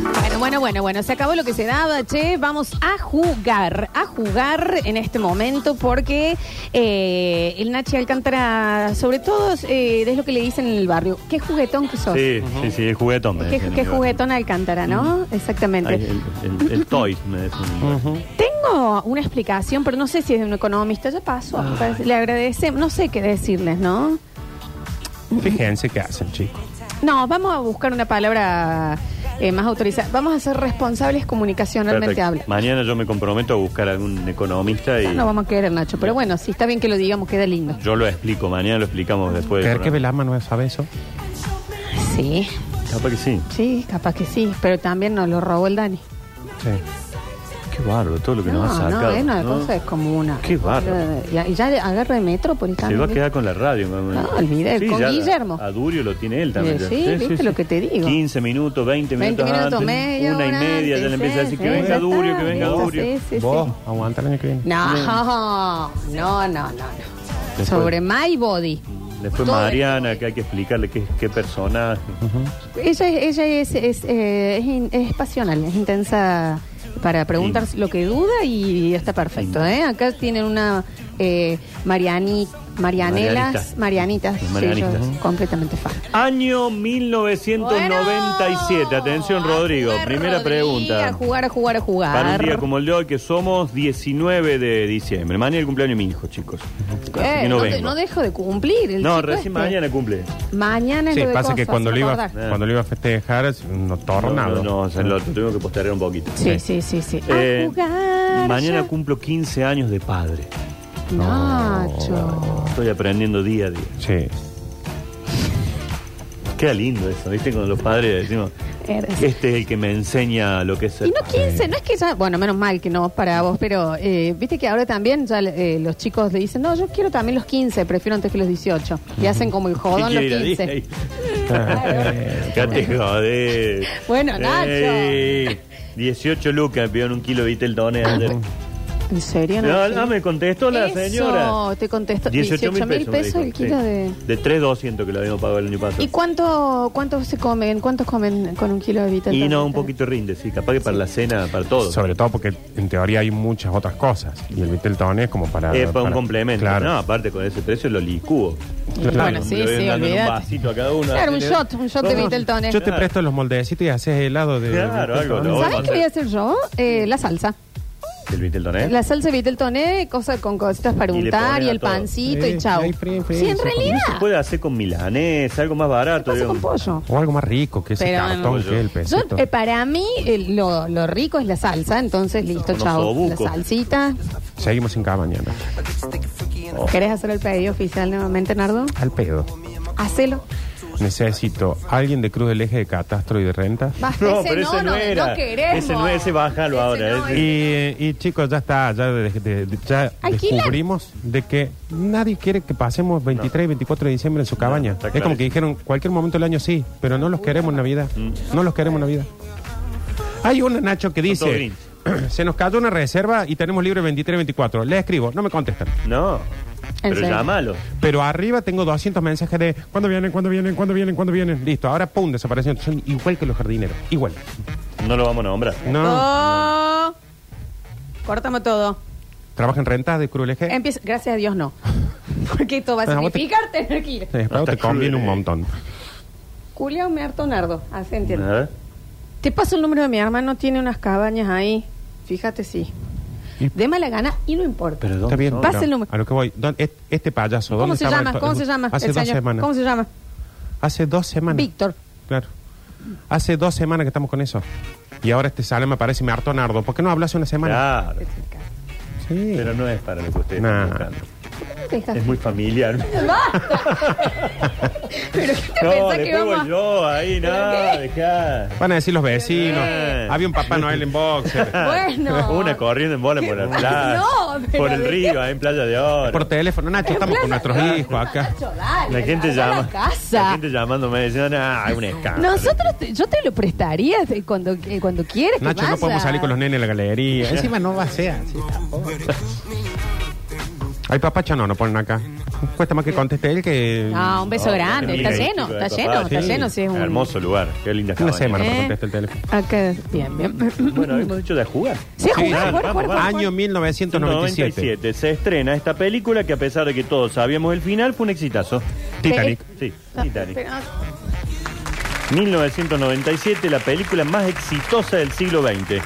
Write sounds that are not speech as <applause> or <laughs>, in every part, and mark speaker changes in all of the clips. Speaker 1: Bueno, bueno, bueno, bueno, se acabó lo que se daba, che. Vamos a jugar, a jugar en este momento porque eh, el Nachi Alcántara, sobre todo, eh, es lo que le dicen en el barrio. Qué juguetón que sos.
Speaker 2: Sí, sí, sí, es juguetón. me
Speaker 1: Qué,
Speaker 2: decían
Speaker 1: qué
Speaker 2: en mi barrio.
Speaker 1: juguetón Alcántara, ¿no? Exactamente.
Speaker 2: Ay, eh. el, el- el toy, me decían. en mi barrio.
Speaker 1: Tengo una explicación, pero no sé si es de un economista, ya pasó.
Speaker 2: Ah.
Speaker 1: Le agradecemos, no sé qué decirles, ¿no?
Speaker 3: Fíjense qué hacen, chicos.
Speaker 1: No, vamos a buscar una palabra eh, más autorizada. Vamos a ser responsables comunicacionalmente
Speaker 2: Perfecto.
Speaker 1: habla. Ah,
Speaker 2: Mañana yo me comprometo a buscar algún economista y
Speaker 1: No vamos a querer, Nacho, pero bueno, sí está bien que lo digamos, queda lindo.
Speaker 2: yo lo explico. Mañana lo explicamos después. del
Speaker 3: ¿Creer que
Speaker 2: programa.
Speaker 3: Belama no sabe eso?
Speaker 1: Sí,
Speaker 2: Capaz que sí.
Speaker 1: sí, capaz que sí, pero también nos lo robó el Dani.
Speaker 3: Sí.
Speaker 2: Qué bárbaro, todo lo que
Speaker 1: No,
Speaker 2: nos ha
Speaker 1: no,
Speaker 2: sacado.
Speaker 1: es una
Speaker 2: ¿no?
Speaker 1: cosa descomunal.
Speaker 2: Qué bárbaro.
Speaker 1: Y ya, y ya agarra el metro por el
Speaker 2: Se
Speaker 1: camino.
Speaker 2: va a quedar con la radio. mamá.
Speaker 1: No, olvidé, con
Speaker 2: ya
Speaker 1: Guillermo.
Speaker 2: A Durio lo tiene él también.
Speaker 1: Sí, sí, viste lo que te digo.
Speaker 2: 15 minutos, 20
Speaker 1: 20
Speaker 2: minutos,
Speaker 1: minutos,
Speaker 2: antes,
Speaker 1: media
Speaker 2: una y
Speaker 1: hora
Speaker 2: media, ya
Speaker 1: antes,
Speaker 2: le empieza a
Speaker 1: sí,
Speaker 2: decir que
Speaker 1: sí, ya
Speaker 2: venga Durio, que
Speaker 1: está,
Speaker 2: venga
Speaker 1: sí,
Speaker 2: Durio.
Speaker 1: sí, sí,
Speaker 3: Vos,
Speaker 1: sí.
Speaker 3: aguanta el año que viene.
Speaker 1: <laughs> No, no, no, no, no.
Speaker 2: Después.
Speaker 1: Sobre My Body.
Speaker 2: Después
Speaker 1: Todo
Speaker 2: Mariana, que hay que explicarle qué, qué personaje.
Speaker 1: Ella, es- ella es, es, eh, es in- es pasional, es intensa para preguntar
Speaker 2: Sí.
Speaker 1: lo que duda y está perfecto. ¿eh? Acá tienen una eh, Mariani, Marianelas, Marianitas,
Speaker 2: Las
Speaker 1: sí,
Speaker 2: Marianitas.
Speaker 1: yo completamente fan.
Speaker 2: Año 1997.
Speaker 1: Bueno,
Speaker 2: Atención,
Speaker 1: a
Speaker 2: Rodrigo.
Speaker 1: jugar,
Speaker 2: Primera
Speaker 1: Rodri, A
Speaker 2: pregunta.
Speaker 1: jugar, a jugar, a jugar.
Speaker 2: Para un día como el de hoy, que somos 19 de diciembre. Mañana es el cumpleaños de mi hijo, chicos. Así
Speaker 1: Eh,
Speaker 2: que no,
Speaker 1: no, te-
Speaker 2: vengo.
Speaker 1: no dejo de cumplir. el
Speaker 2: No,
Speaker 1: chico
Speaker 2: recién
Speaker 1: este.
Speaker 2: mañana cumple.
Speaker 1: Mañana es
Speaker 3: Sí,
Speaker 1: lo de
Speaker 3: pasa que
Speaker 1: Cosas,
Speaker 3: cuando lo, iba,
Speaker 1: recordar.
Speaker 3: cuando lo iba a festejar, es un tornado.
Speaker 2: Eh. No, no, o sea, lo tengo que postergar un poquito.
Speaker 1: Sí, sí, sí, sí.
Speaker 2: Eh,
Speaker 1: a jugar.
Speaker 2: Mañana
Speaker 1: ya.
Speaker 2: cumplo 15 años de padre.
Speaker 1: Nacho.
Speaker 2: Estoy aprendiendo día a día.
Speaker 3: Sí.
Speaker 2: Queda lindo eso, ¿viste? Cuando los
Speaker 1: <laughs>
Speaker 2: padres decimos,
Speaker 1: Eres-
Speaker 2: este es el que me enseña lo que es ser
Speaker 1: Y no
Speaker 2: padre".
Speaker 1: 15, no es que ya, bueno, menos mal que no para vos, pero eh, viste que ahora también ya eh, los chicos le dicen, no, yo quiero también los 15, prefiero antes que los 18. Y hacen como el
Speaker 2: ¿Qué
Speaker 1: jodón los
Speaker 2: quiere ir a
Speaker 1: 15.
Speaker 2: Disney?
Speaker 1: <laughs>
Speaker 3: Claro.
Speaker 2: Ya te jodés.
Speaker 1: Bueno, Nacho.
Speaker 2: Ey, 18 lucas, pidieron un kilo de vitel doné ayer.
Speaker 1: ¿En serio?
Speaker 2: No,
Speaker 1: sé.
Speaker 2: no, me contestó la señora.
Speaker 1: Eso, te contestó.
Speaker 2: 18 mil pesos. me dijo,
Speaker 1: el kilo
Speaker 2: sí.
Speaker 1: de...
Speaker 2: De 3,200 que lo habíamos pagado el año pasado.
Speaker 1: ¿Y cuánto, cuánto se comen? ¿Cuántos comen con un kilo de vital?
Speaker 2: Y no,
Speaker 1: también?
Speaker 2: un poquito rinde, sí. Capaz que para la cena, para todo.
Speaker 3: Sobre todo porque en teoría hay muchas otras cosas. Y el Vitel Tone es como para.
Speaker 2: Es para un
Speaker 3: para-
Speaker 2: complemento.
Speaker 3: Claro.
Speaker 2: No, aparte con ese precio lo licúo.
Speaker 1: Y Bueno,
Speaker 2: Me
Speaker 1: sí,
Speaker 2: lo voy
Speaker 1: sí,
Speaker 2: dando en
Speaker 1: olvídate.
Speaker 2: Un vasito a cada uno.
Speaker 1: Claro, un
Speaker 2: así le-
Speaker 1: shot, un shot de eh.
Speaker 2: No, no,
Speaker 1: Vitel Tone.
Speaker 3: Yo te presto los moldecitos y haces helado de.
Speaker 2: Claro,
Speaker 3: Vitel
Speaker 2: algo,
Speaker 3: Tone.
Speaker 2: lo-
Speaker 1: ¿Sabes qué voy a hacer yo? Eh, la salsa.
Speaker 2: ¿El Vitel Toné?
Speaker 1: La salsa de Vitel Toné, cosa con cositas para
Speaker 2: ¿Eh? Y le
Speaker 1: untar
Speaker 2: ponen
Speaker 1: y
Speaker 2: a
Speaker 1: el
Speaker 2: todo.
Speaker 1: pancito
Speaker 3: Sí,
Speaker 1: y chau.
Speaker 3: ahí fríen, fríen,
Speaker 1: Sí, en
Speaker 3: se come.
Speaker 2: Se
Speaker 1: realidad.
Speaker 2: puede hacer con milanés, algo más barato.
Speaker 1: Pasa con
Speaker 2: digamos.
Speaker 1: pollo.
Speaker 3: O algo más rico que ese
Speaker 1: Pero,
Speaker 3: cartón
Speaker 2: yo-
Speaker 3: que el
Speaker 1: Yo,
Speaker 3: pesito.
Speaker 1: eh, para mí, eh, lo, lo rico es la salsa, entonces listo,
Speaker 2: Unos
Speaker 1: chau. La
Speaker 2: osobucos.
Speaker 1: salsita.
Speaker 3: Seguimos sin cada mañana.
Speaker 2: Oh.
Speaker 1: ¿Querés hacer el pedido oficial nuevamente, Nardo?
Speaker 3: Al pedo.
Speaker 1: Hacelo.
Speaker 3: Necesito alguien de Cruz del Eje de Catastro y de Renta.
Speaker 1: Basta,
Speaker 2: No,
Speaker 1: ese
Speaker 2: pero ese no, era.
Speaker 1: queremos.
Speaker 2: Ese no, ese bájalo
Speaker 1: Ese
Speaker 2: ahora.
Speaker 1: no,
Speaker 2: ese-
Speaker 3: Y, y, chicos, ya está, ya, de- de- de- ya
Speaker 1: Alquilar.
Speaker 3: descubrimos de que nadie quiere que pasemos 23 y 24 de diciembre en su cabaña.
Speaker 2: está
Speaker 3: es
Speaker 2: claro.
Speaker 3: como que dijeron, cualquier momento del año sí, pero no los queremos en Navidad.
Speaker 2: Mm.
Speaker 3: No los queremos en Navidad. Hay un Nacho que
Speaker 2: todos
Speaker 3: dice, <clears throat> se nos cayó una reserva y tenemos libre 23 y 24. Le escribo, no me contestan.
Speaker 2: No. Pero
Speaker 1: serio?
Speaker 2: llámalo.
Speaker 3: Pero arriba tengo 200 mensajes de ¿Cuándo vienen? ¿Cuándo vienen? ¿Cuándo vienen? ¿Cuándo vienen? Listo, ahora pum, desaparecen. Son igual que los jardineros. Igual.
Speaker 2: No lo vamos a nombrar.
Speaker 3: No.
Speaker 1: Oh. Córtame todo.
Speaker 3: Trabajan rentas de Cruz del Eje.
Speaker 1: Empieza, gracias a Dios
Speaker 2: <laughs>
Speaker 1: no. Porque esto va a
Speaker 3: Ah, vos te-
Speaker 1: significar tener que ir.
Speaker 3: Sí, pero
Speaker 2: Hasta
Speaker 3: Eh, te
Speaker 2: Cruz
Speaker 3: conviene un
Speaker 2: del Eje.
Speaker 3: montón.
Speaker 1: Julio Merto Nardo, así
Speaker 2: A
Speaker 1: entiendo.
Speaker 2: ver.
Speaker 1: Te paso el número de mi hermano, tiene unas cabañas ahí. Fíjate, sí.
Speaker 3: Y-
Speaker 1: De mala gana y no importa.
Speaker 2: Pero ¿dónde
Speaker 3: Está bien.
Speaker 2: son?
Speaker 1: Pasa
Speaker 3: pero
Speaker 1: el número.
Speaker 3: A lo que voy. Don- est- este payaso.
Speaker 1: ¿Cómo
Speaker 3: ¿dónde
Speaker 1: se
Speaker 3: estaba
Speaker 1: llama?
Speaker 3: el pa-
Speaker 1: ¿Cómo se llama?
Speaker 3: Hace
Speaker 1: el
Speaker 3: dos
Speaker 1: señor?
Speaker 3: semanas.
Speaker 1: ¿Cómo se llama?
Speaker 3: Hace dos semanas.
Speaker 1: Víctor.
Speaker 3: Claro. Hace dos semanas que estamos con eso. Y ahora este sale me aparece y me harto nardo. ¿Por qué no hablas una semana?
Speaker 2: Claro.
Speaker 3: Sí.
Speaker 2: Pero no es para lo que ustedes
Speaker 3: Nah.
Speaker 2: están buscando.
Speaker 1: Deja.
Speaker 2: Es
Speaker 1: <laughs>
Speaker 2: muy familiar.
Speaker 1: Pero ¿qué te
Speaker 2: <laughs> No,
Speaker 1: pensás que
Speaker 2: después
Speaker 1: vamos
Speaker 2: voy
Speaker 1: a-
Speaker 2: yo ahí, no, dejá.
Speaker 3: Van a decir los vecinos.
Speaker 2: Eh.
Speaker 3: Había un Papá Noel en boxer.
Speaker 1: Bueno.
Speaker 2: Una corriendo en bola por la playa.
Speaker 1: <laughs> No, pero
Speaker 2: por el
Speaker 1: ¿de
Speaker 2: río, ahí en Playa de Oro.
Speaker 3: Por teléfono. Nacho, estamos con nuestros hijos acá.
Speaker 1: Nacho, dale,
Speaker 2: La gente
Speaker 1: anda a
Speaker 2: llama.
Speaker 1: la casa.
Speaker 2: La gente llamándome diciendo, ah, hay un escándalo.
Speaker 1: Nosotros, te- yo te lo prestaría eh, cuando, eh, cuando quieres. que
Speaker 3: Nacho, no
Speaker 1: vaya.
Speaker 3: podemos salir con los nenes a la galería. Encima no va a ser así tampoco. Ay, papacha no, no ponen acá. Cuesta más que conteste él que.
Speaker 1: No, un beso
Speaker 2: No,
Speaker 1: grande.
Speaker 2: mira,
Speaker 1: Está
Speaker 2: el
Speaker 1: lleno,
Speaker 2: chico de
Speaker 1: está
Speaker 2: papá,
Speaker 1: lleno, está
Speaker 2: sí.
Speaker 1: lleno. Sí, es un...
Speaker 2: Hermoso lugar. Qué linda
Speaker 3: Una
Speaker 2: cabaña.
Speaker 3: semana
Speaker 1: Eh.
Speaker 3: para contestar el teléfono.
Speaker 1: Acá, bien, bien. <laughs>
Speaker 2: Bueno, hemos dicho de jugar.
Speaker 1: Sí, a
Speaker 3: Sí,
Speaker 1: jugar,
Speaker 3: dale,
Speaker 1: jugar,
Speaker 2: vamos,
Speaker 1: jugar,
Speaker 2: vamos.
Speaker 1: jugar.
Speaker 3: Año 1997.
Speaker 2: 97 se estrena esta película que a pesar de que todos sabíamos el final fue un exitazo.
Speaker 3: Titanic.
Speaker 2: Sí,
Speaker 1: Ah,
Speaker 2: Titanic.
Speaker 1: pero-
Speaker 2: 1997, la película más exitosa del siglo XX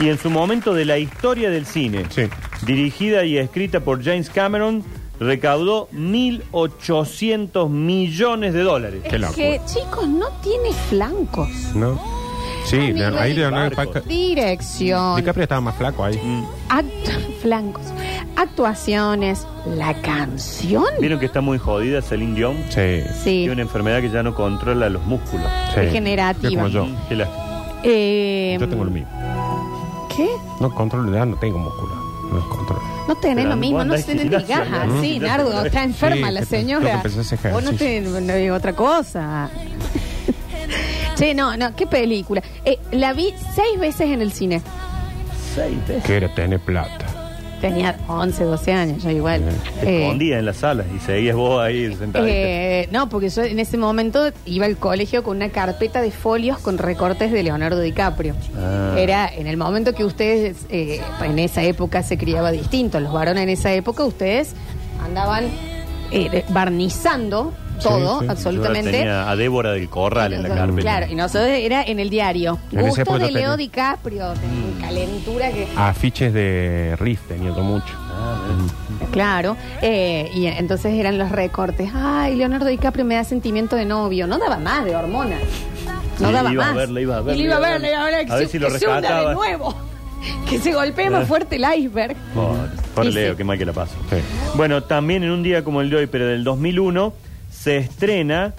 Speaker 2: y en su momento de la historia del cine.
Speaker 3: Sí.
Speaker 2: Dirigida y escrita por James Cameron, recaudó 1.800 millones de dólares.
Speaker 3: Qué loco.
Speaker 1: Que, chicos, no tiene flancos.
Speaker 3: ¿No? Sí,
Speaker 1: Ay,
Speaker 3: Leon-
Speaker 1: mi
Speaker 3: ahí
Speaker 1: rey.
Speaker 3: Leonardo
Speaker 1: Eh.
Speaker 2: Barcos.
Speaker 3: Pac-
Speaker 1: Dirección,
Speaker 3: DiCaprio estaba más flaco ahí.
Speaker 1: Mm. act- flancos, actuaciones, la canción.
Speaker 2: Vieron que está muy jodida Celine Dion.
Speaker 3: Sí.
Speaker 1: Sí,
Speaker 2: Tiene una enfermad que ya no controla los músculos.
Speaker 3: sí.
Speaker 1: Degenerativa.
Speaker 3: Yo como yo.
Speaker 2: Mm, qué lástima.
Speaker 1: Eh,
Speaker 3: Yo tengo lo mismo.
Speaker 1: ¿Qué?
Speaker 3: No controlo de edad, no tengo músculo. No controlo.
Speaker 1: No tenés
Speaker 2: Pero
Speaker 1: lo mismo, no
Speaker 2: andás
Speaker 1: se
Speaker 2: al
Speaker 1: te
Speaker 2: gimnasio,
Speaker 1: digas
Speaker 2: andás al
Speaker 1: así,
Speaker 2: gimnasio.
Speaker 1: Nardo. Está enferma
Speaker 3: Sí,
Speaker 1: la
Speaker 3: que te- tengo que
Speaker 1: señora.
Speaker 3: empezar a hacer
Speaker 1: O no te
Speaker 3: ejercicio.
Speaker 1: no digo otra cosa. Che, no, no, qué película. Eh, la vi seis veces en el cine.
Speaker 2: Seis veces.
Speaker 3: Quiero tener plata.
Speaker 1: Tenía 11, 12 años, yo igual.
Speaker 2: Te
Speaker 1: Eh,
Speaker 2: escondía en la sala y seguías vos ahí sentadita.
Speaker 1: Eh, no, porque yo en ese momento iba al colegio con una carpeta de folios con recortes de Leonardo DiCaprio.
Speaker 2: Ah.
Speaker 1: Era en el momento que ustedes, eh, en esa época se criaba distinto. Los varones en esa época, ustedes andaban eh, de- barnizando todo,
Speaker 3: sí.
Speaker 1: absolutamente.
Speaker 2: Yo tenía a Débora del Corral en la carpeta.
Speaker 1: Claro, y nosotros era en el diario.
Speaker 3: En esa
Speaker 1: Gustos
Speaker 3: época
Speaker 1: de
Speaker 3: yo tenía-
Speaker 1: Leo DiCaprio,
Speaker 2: Mm.
Speaker 1: tenía calentura que...
Speaker 3: Afiches de Riff tenía yo mucho.
Speaker 2: Ah,
Speaker 1: Claro, eh, y entonces eran los recortes. Ay, Leonardo DiCaprio me da sentimiento de novio. No daba más de hormonas. No
Speaker 2: Y
Speaker 1: daba
Speaker 2: iba a
Speaker 1: más.
Speaker 2: verla, iba a verla,
Speaker 1: Y le iba a ver, le iba a ver,
Speaker 2: A
Speaker 1: que,
Speaker 2: ver
Speaker 1: se-
Speaker 2: si lo
Speaker 1: que se hunda de
Speaker 2: rescataba.
Speaker 1: nuevo. <laughs> Que se golpee más
Speaker 2: Ah.
Speaker 1: fuerte el iceberg.
Speaker 2: Pobre, pobre
Speaker 1: Y sí.
Speaker 2: Leo, qué mal que la paso.
Speaker 3: Sí.
Speaker 2: Bueno, también en un día como el de hoy, pero del 2001, se estrena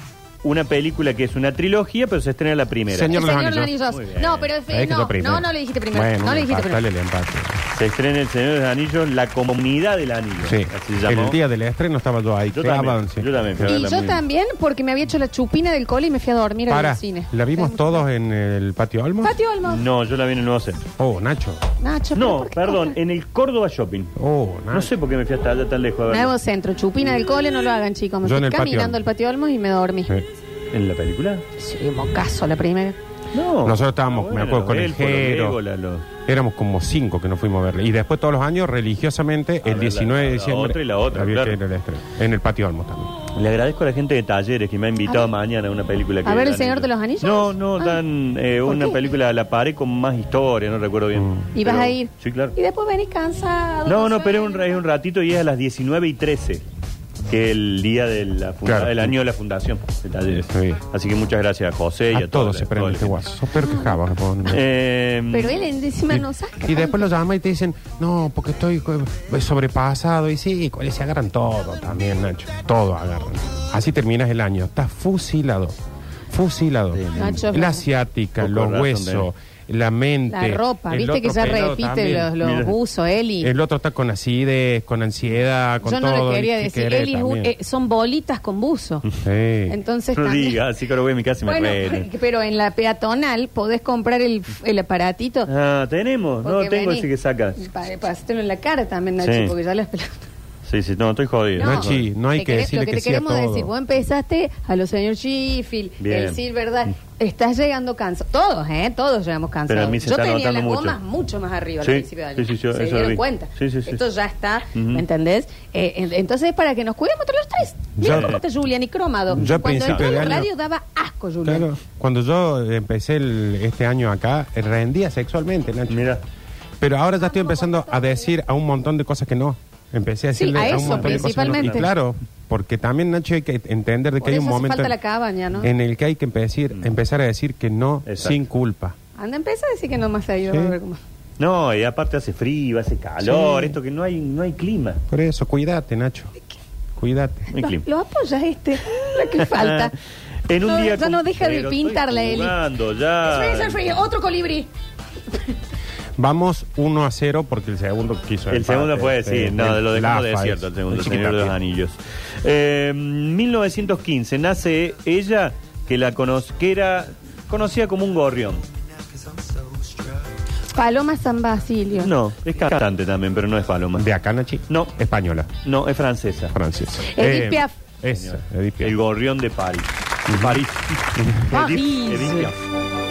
Speaker 2: una película que es una trilogía, pero se estrena la primera.
Speaker 3: Señor
Speaker 1: El
Speaker 3: de los
Speaker 1: señor de los
Speaker 3: Anillos.
Speaker 1: Anillos.
Speaker 2: Muy bien.
Speaker 1: No, pero
Speaker 3: Ahí
Speaker 1: eh,
Speaker 3: quedó
Speaker 1: no,
Speaker 3: primero.
Speaker 1: no, no lo dijiste primero.
Speaker 3: Bueno,
Speaker 1: no lo
Speaker 3: un
Speaker 1: dijiste
Speaker 3: empate,
Speaker 1: primero.
Speaker 3: dale el empate.
Speaker 2: Se estrena El Señor de los Anillos, La Comunidad del Anillo.
Speaker 3: Sí.
Speaker 2: Así se llamó.
Speaker 3: El día del estreno estaba yo ahí.
Speaker 2: Yo
Speaker 3: Qué
Speaker 2: también,
Speaker 3: avance.
Speaker 2: yo también, pero-
Speaker 1: Y yo
Speaker 2: Muy-
Speaker 1: también, porque me había hecho la chupina del cole y me fui a dormir
Speaker 3: Para,
Speaker 1: al cine. Em,
Speaker 3: ¿la vimos todos en el patio Olmos?
Speaker 1: Patio Olmos.
Speaker 2: No, yo la vi en el Nuevo Centro.
Speaker 3: Oh, Nacho.
Speaker 1: Nacho, ¿pero
Speaker 2: No,
Speaker 1: por qué
Speaker 2: perdón,
Speaker 1: compras?
Speaker 2: en el Córdoba Shopping.
Speaker 3: Oh, Nacho.
Speaker 2: No sé por qué me fui hasta allá tan lejos. a verla.
Speaker 1: Nuevo centro, chupina del cole, no lo hagan, chicos. Me
Speaker 3: Yo en
Speaker 1: fui
Speaker 3: el Patio
Speaker 1: caminando
Speaker 3: Olmos.
Speaker 1: al patio Olmos y me dormí.
Speaker 3: Sí.
Speaker 2: ¿En la película?
Speaker 1: Sí, mocazo la primera.
Speaker 2: No.
Speaker 3: Nosotros estábamos,
Speaker 2: Ah, bueno,
Speaker 3: me acuerdo,
Speaker 2: los
Speaker 3: con el
Speaker 2: elfos, los
Speaker 3: Jero.
Speaker 2: Legolas, los-
Speaker 3: Éramos como cinco que nos fuimos a verle. Y después todos los años, religiosamente,
Speaker 2: A
Speaker 3: el
Speaker 2: ver,
Speaker 3: 19 de
Speaker 2: Ah, la- la
Speaker 3: diciembre.
Speaker 2: otra y la otra,
Speaker 3: había
Speaker 2: claro.
Speaker 3: que ir al estreno. En el patio Olmos también.
Speaker 2: Le agradezco a la gente de Talleres que me ha invitado
Speaker 1: A ver.
Speaker 2: mañana a una película. Que
Speaker 1: A ver, ¿El
Speaker 2: dan
Speaker 1: Señor
Speaker 2: ellos.
Speaker 1: de los Anillos?
Speaker 2: No, no,
Speaker 1: Ah.
Speaker 2: dan eh,
Speaker 1: ¿Por
Speaker 2: una
Speaker 1: qué? Mm.
Speaker 2: película a la pared con más historia, no recuerdo bien.
Speaker 1: Y vas
Speaker 2: Pero-
Speaker 1: a ir.
Speaker 2: Sí, claro.
Speaker 1: Y después venís cansado.
Speaker 2: No, no,
Speaker 1: sé.
Speaker 2: pero es un, es un ratito y es a las 19 y 13, que es el día del
Speaker 3: Claro.
Speaker 2: año de la fundación de Talleres.
Speaker 3: Sí.
Speaker 2: Así que muchas gracias a José y a,
Speaker 3: a todos
Speaker 2: la-
Speaker 3: se
Speaker 2: toda
Speaker 3: prende
Speaker 2: la
Speaker 3: este
Speaker 2: gente.
Speaker 3: guaso. Sos peor
Speaker 1: Mm.
Speaker 3: que Java, me ponen.
Speaker 2: <laughs> Eh,
Speaker 1: Pero él encima
Speaker 3: Y-
Speaker 1: no saca.
Speaker 3: Y después lo llama y te dicen, no, porque estoy eh, sobrepasado. Y sí, co- se agarran todo también, Nacho. Todo agarran. Así terminas el año. Estás fusilado. Fusilado.
Speaker 2: Sí,
Speaker 1: Nacho,
Speaker 3: la
Speaker 1: es
Speaker 3: asiática,
Speaker 2: Poco
Speaker 3: los
Speaker 2: razón
Speaker 3: huesos, la mente.
Speaker 1: La ropa,
Speaker 3: el
Speaker 1: viste que
Speaker 3: otro
Speaker 1: ya
Speaker 3: pelado
Speaker 1: repite
Speaker 3: también.
Speaker 1: los, los
Speaker 2: Mira.
Speaker 1: usos, Eli.
Speaker 3: El otro está con acidez, con ansiedad, con
Speaker 1: Yo
Speaker 3: todo.
Speaker 1: no le quería
Speaker 3: y
Speaker 1: decir,
Speaker 3: querer
Speaker 1: Eli es un-
Speaker 3: también.
Speaker 1: eh, son bolitas con buzo.
Speaker 3: Sí.
Speaker 1: Entonces
Speaker 2: no
Speaker 1: también-
Speaker 2: digas, así que ahora voy a mi casa y me
Speaker 1: Bueno, <laughs>
Speaker 2: reí.
Speaker 1: pero en la peatonal podés comprar el, el aparatito.
Speaker 2: Ah, tenemos.
Speaker 1: Porque
Speaker 2: no, tengo
Speaker 1: vení.
Speaker 2: ese que saca.
Speaker 1: Pa- Pasártelo en la cara también, Nacho,
Speaker 2: Sí.
Speaker 1: porque ya las
Speaker 2: Sí, sí, no, estoy jodido.
Speaker 3: No, Nachi, no hay
Speaker 1: Te
Speaker 3: que
Speaker 1: quere-
Speaker 3: decirle
Speaker 1: Lo que,
Speaker 3: que
Speaker 1: te
Speaker 3: sí a
Speaker 1: queremos
Speaker 3: todo.
Speaker 1: decir, vos empezaste a los señor Sheffield,
Speaker 2: Bien.
Speaker 1: el Silver Dad. Estás llegando cansado. Todos, ¿eh? Todos llegamos cansados.
Speaker 2: Pero a mí se
Speaker 1: Yo
Speaker 2: está
Speaker 1: tenía
Speaker 2: notando
Speaker 1: las
Speaker 2: mucho.
Speaker 1: gomas mucho más arriba
Speaker 2: Sí,
Speaker 1: al principio del año.
Speaker 2: sí, sí, yo
Speaker 1: Se
Speaker 2: eso lo
Speaker 1: dieron
Speaker 2: vi.
Speaker 1: cuenta.
Speaker 2: Sí, sí, sí.
Speaker 1: Esto ya está,
Speaker 2: Ujú.
Speaker 1: ¿me entendés? Eh, en- entonces, para que nos cuidemos entre los tres. Mira
Speaker 3: Yo-
Speaker 1: cómo está Julián y Cromado.
Speaker 3: Yo a
Speaker 1: Cuando
Speaker 3: principio
Speaker 1: entró
Speaker 3: de
Speaker 1: la
Speaker 3: año-
Speaker 1: radio daba asco, Julián.
Speaker 3: Claro. Cuando yo empecé el- este año acá, rendía sexualmente, Nacho.
Speaker 2: Mira.
Speaker 3: Pero ahora ya estoy empezando a decir a un montón de cosas que no. Empecé a
Speaker 1: Sí,
Speaker 3: decirle
Speaker 1: a
Speaker 3: un
Speaker 1: eso,
Speaker 3: montón de cosas. que no.
Speaker 1: principalmente.
Speaker 3: Y claro, porque también, Nacho, hay que entender de que
Speaker 1: Por
Speaker 3: hay
Speaker 1: eso
Speaker 3: un
Speaker 1: hace
Speaker 3: momento
Speaker 1: falta
Speaker 3: en,
Speaker 1: la cabaña, ¿no?
Speaker 3: en el que hay que empezar, empezar a decir que no
Speaker 2: Exacto.
Speaker 3: sin culpa.
Speaker 1: Anda, empieza a decir que no más ahí.
Speaker 3: Sí.
Speaker 1: a ver cómo-
Speaker 2: No, y aparte hace frío, hace calor,
Speaker 3: Sí.
Speaker 2: esto que no hay, no hay clima.
Speaker 3: Por eso, cuídate, Nacho. Cuídate.
Speaker 2: No hay
Speaker 1: No,
Speaker 2: clima.
Speaker 1: lo apoyas este, lo que
Speaker 2: <laughs>
Speaker 1: falta.
Speaker 2: En un
Speaker 1: No,
Speaker 2: día
Speaker 1: ya
Speaker 2: con-
Speaker 1: no deja de
Speaker 2: Pero
Speaker 1: pintarla,
Speaker 2: estoy
Speaker 1: Eli.
Speaker 2: jugando,
Speaker 1: Freezer,
Speaker 2: ya.
Speaker 1: freezer, otro colibrí.
Speaker 3: Vamos 1 a 0 porque el segundo quiso
Speaker 2: El
Speaker 3: empate,
Speaker 2: segundo fue,
Speaker 3: este,
Speaker 2: sí, no,
Speaker 3: el
Speaker 2: lo dejamos
Speaker 3: Lafa,
Speaker 2: desierto el
Speaker 3: es-
Speaker 2: segundo,
Speaker 3: el
Speaker 2: el Señor de los
Speaker 3: chiquitapia.
Speaker 2: Anillos. Eh, 1915, nace ella, que la conoz- que era conocida como un gorrión.
Speaker 1: Paloma San Basilio.
Speaker 2: No, es cantante también, pero no es paloma.
Speaker 3: ¿De acá, Nachi?
Speaker 2: No.
Speaker 3: Española.
Speaker 2: No, es francesa.
Speaker 3: Francesa. Eh,
Speaker 1: Edith Piaf.
Speaker 3: Eso, Edith Piaf.
Speaker 2: El gorrión de París. París.
Speaker 1: París.
Speaker 2: Edith- Edith Piaf.